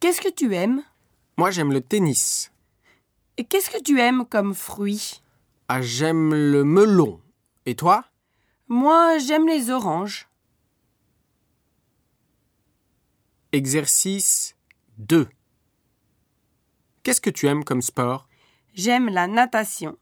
Qu'est-ce que tu aimes Moi, j'aime le tennis. Et qu'est-ce que tu aimes comme fruit Ah, j'aime le melon. Et toi Moi, j'aime les oranges. Exercice 2. Qu'est-ce que tu aimes comme sport J'aime la natation.